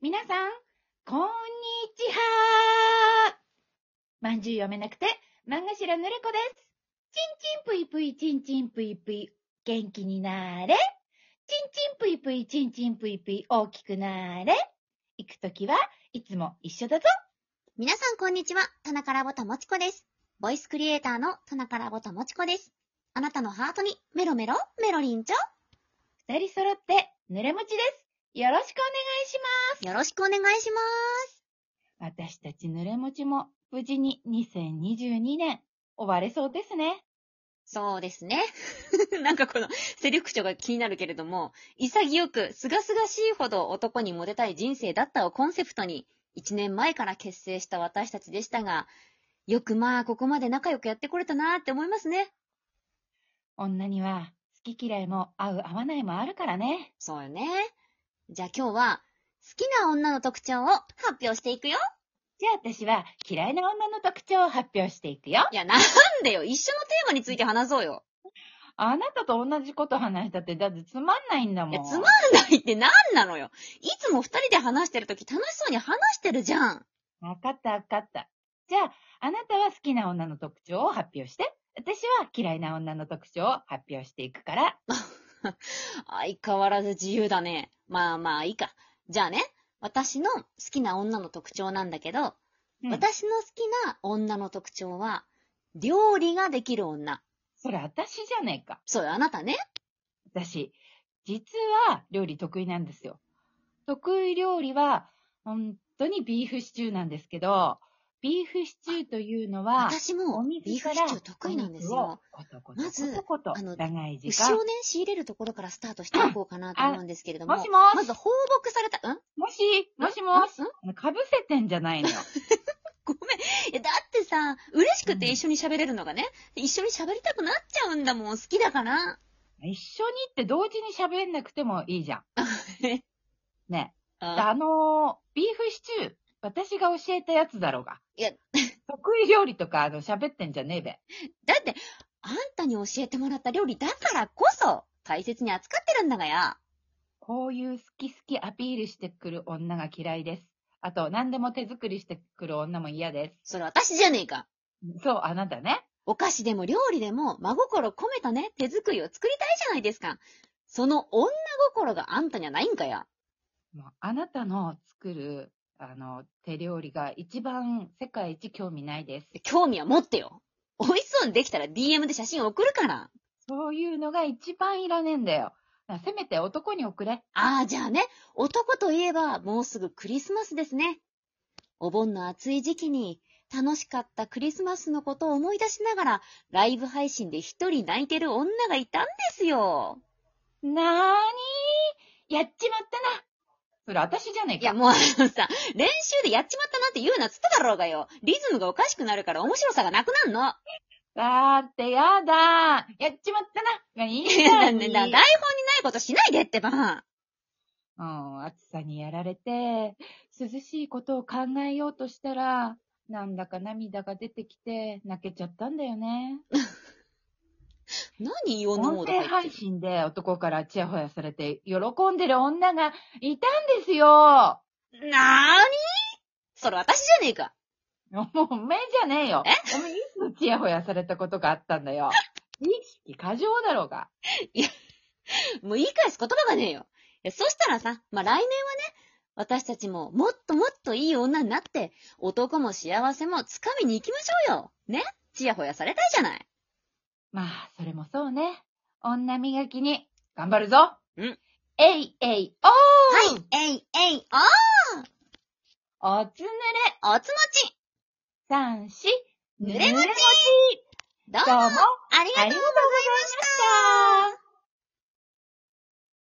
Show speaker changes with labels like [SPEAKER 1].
[SPEAKER 1] 皆さん、こんにちはまんじゅう読めなくて、漫画白ぬれこです。ちんちんぷいぷい、ちんちんぷいぷい、元気になれ。ちんちんぷいぷい、ちんちんぷいぷい、大きくなれ。行くときはいつも一緒だぞ。
[SPEAKER 2] 皆さんこんにちは、田中ラボたもちこです。ボイスクリエイターの田中ラボたもちこです。あなたのハートにメロメロ、メロリンちょ。
[SPEAKER 1] 二人揃って、ぬれもちです。よろしくお願いし
[SPEAKER 2] よろしくお願いしま
[SPEAKER 1] ます。私たちぬれもちも、無事に2022年、終われそうですね。
[SPEAKER 2] す。そうですね。 なんかこのセリフ長が気になるけれども、潔く、すがすがしいほど男にモテたい人生だったをコンセプトに、1年前から結成した私たちでしたが、よくまあここまで仲良くやってこれたなーって思いますね。
[SPEAKER 1] 女には、好き嫌いも合う合わないもあるからね。
[SPEAKER 2] そうよね。じゃあ今日は、好きな女の特徴を発表していくよ。
[SPEAKER 1] じゃあ私は嫌いな女の特徴を発表していくよ。
[SPEAKER 2] いや、なんでよ。一緒のテーマについて話そうよ。
[SPEAKER 1] あなたと同じこと話したって、だってつまんないんだ
[SPEAKER 2] い
[SPEAKER 1] も
[SPEAKER 2] や、
[SPEAKER 1] ん。
[SPEAKER 2] つまんないって何なのよ。いつも二人で話してるとき楽しそうに話してるじゃん。
[SPEAKER 1] わかったわかった。じゃあ、あなたは好きな女の特徴を発表して。私は嫌いな女の特徴を発表していくから。
[SPEAKER 2] 相変わらず自由だね。まあまあいいか。じゃあね、私の好きな女の特徴なんだけど、
[SPEAKER 1] うん
[SPEAKER 2] 私の好きな女の特徴は、料理ができる女。
[SPEAKER 1] それ私じゃねえか。
[SPEAKER 2] そうよ、あなたね。
[SPEAKER 1] 私、実は料理得意なんですよ。得意料理は、本当にビーフシチューなんですけど、ビーフシチューというのは、
[SPEAKER 2] 私
[SPEAKER 1] お
[SPEAKER 2] もビー
[SPEAKER 1] 水
[SPEAKER 2] フ
[SPEAKER 1] か
[SPEAKER 2] シ
[SPEAKER 1] ら
[SPEAKER 2] チュー得意なんですよ。。
[SPEAKER 1] ことこと
[SPEAKER 2] まず
[SPEAKER 1] こと
[SPEAKER 2] あ
[SPEAKER 1] こと
[SPEAKER 2] の
[SPEAKER 1] 長い時
[SPEAKER 2] 牛
[SPEAKER 1] 間
[SPEAKER 2] を。ね、仕入れるところからスタートしていこうかなと思うんですけれども、
[SPEAKER 1] もしも
[SPEAKER 2] ま
[SPEAKER 1] し、
[SPEAKER 2] ず放牧された、ん
[SPEAKER 1] もし、もしもし
[SPEAKER 2] んん、
[SPEAKER 1] かぶせてんじゃないのよ。
[SPEAKER 2] ごめん。いやだってさ、嬉しくて
[SPEAKER 1] うん
[SPEAKER 2] 一緒に喋れるのがね、一緒に喋りたくなっちゃうんだもん、好きだから。
[SPEAKER 1] 一緒にって同時に喋んなくてもいいじゃん。
[SPEAKER 2] え
[SPEAKER 1] ね。
[SPEAKER 2] あ
[SPEAKER 1] あのービーフシチュー、私が教えたやつだろうが。
[SPEAKER 2] いや
[SPEAKER 1] 得意料理とか、あの、喋ってんじゃねえべ。
[SPEAKER 2] だって、あんたに教えてもらった料理だからこそ、大切に扱ってるんだがや。
[SPEAKER 1] こういう好き好きアピールしてくる女が嫌いです。あと、何でも手作りしてくる女も嫌で
[SPEAKER 2] それ私じゃねえか。
[SPEAKER 1] す。そう、あなたね。
[SPEAKER 2] お菓子でも料理でも真心込めたね、手作りを作りたいじゃないですか。その女心があんたにはないんかや。
[SPEAKER 1] もうあなたの作る、あの、手料理が一番世界一興味ないです。
[SPEAKER 2] 興味は持ってよ。美味しそうにできたら DM で写真送るから。
[SPEAKER 1] そういうのが一番いらねえんだよ。だからせめて男に送れ。
[SPEAKER 2] ああ、じゃあね、男といえばもうすぐクリスマスですね。お盆の暑い時期に楽しかったクリスマスのことを思い出しながらライブ配信で一人泣いてる女がいたんですよ。
[SPEAKER 1] なーにやっちまったな。それ私じゃねえ
[SPEAKER 2] い
[SPEAKER 1] か。
[SPEAKER 2] やもうあのさ、練習でやっちまったなって言うなっつっただろうがよ。リズムがおかしくなるから面白さがなくなるの。
[SPEAKER 1] だってやだー。やっちまったな。がいい
[SPEAKER 2] いや
[SPEAKER 1] な
[SPEAKER 2] だねだ台本に
[SPEAKER 1] に
[SPEAKER 2] ないことしないでってば。
[SPEAKER 1] うん、暑さにやられて、涼しいことを考えようとしたら、なんだか涙が出てきて、泣けちゃったんだよね。
[SPEAKER 2] 何言おうの
[SPEAKER 1] 音声配信で男からチヤホヤされて、喜んでる女がいたんですよ
[SPEAKER 2] なーにそれ私じゃねえか。
[SPEAKER 1] もうおめえじゃねえよおめえいつチヤホヤされたことがあったんだよ意識過剰だろうが。
[SPEAKER 2] もう言い返す言葉がねえよ。いや、そしたらさ、まあ、来年はね、私たちももっともっといい女になって、男も幸せもつかみに行きましょうよ。ねちやほやされたいじゃない。
[SPEAKER 1] まあ、それもそうね。女磨きに、頑張るぞ
[SPEAKER 2] うん
[SPEAKER 1] えいえいおー
[SPEAKER 2] はい、えい、えい、
[SPEAKER 1] おつぬれ
[SPEAKER 2] お、おつもち
[SPEAKER 1] さんし、
[SPEAKER 2] ぬれもち
[SPEAKER 1] ち
[SPEAKER 2] どう
[SPEAKER 1] どう
[SPEAKER 2] も、
[SPEAKER 1] も
[SPEAKER 2] ありがとうございました
[SPEAKER 1] ありがとうございました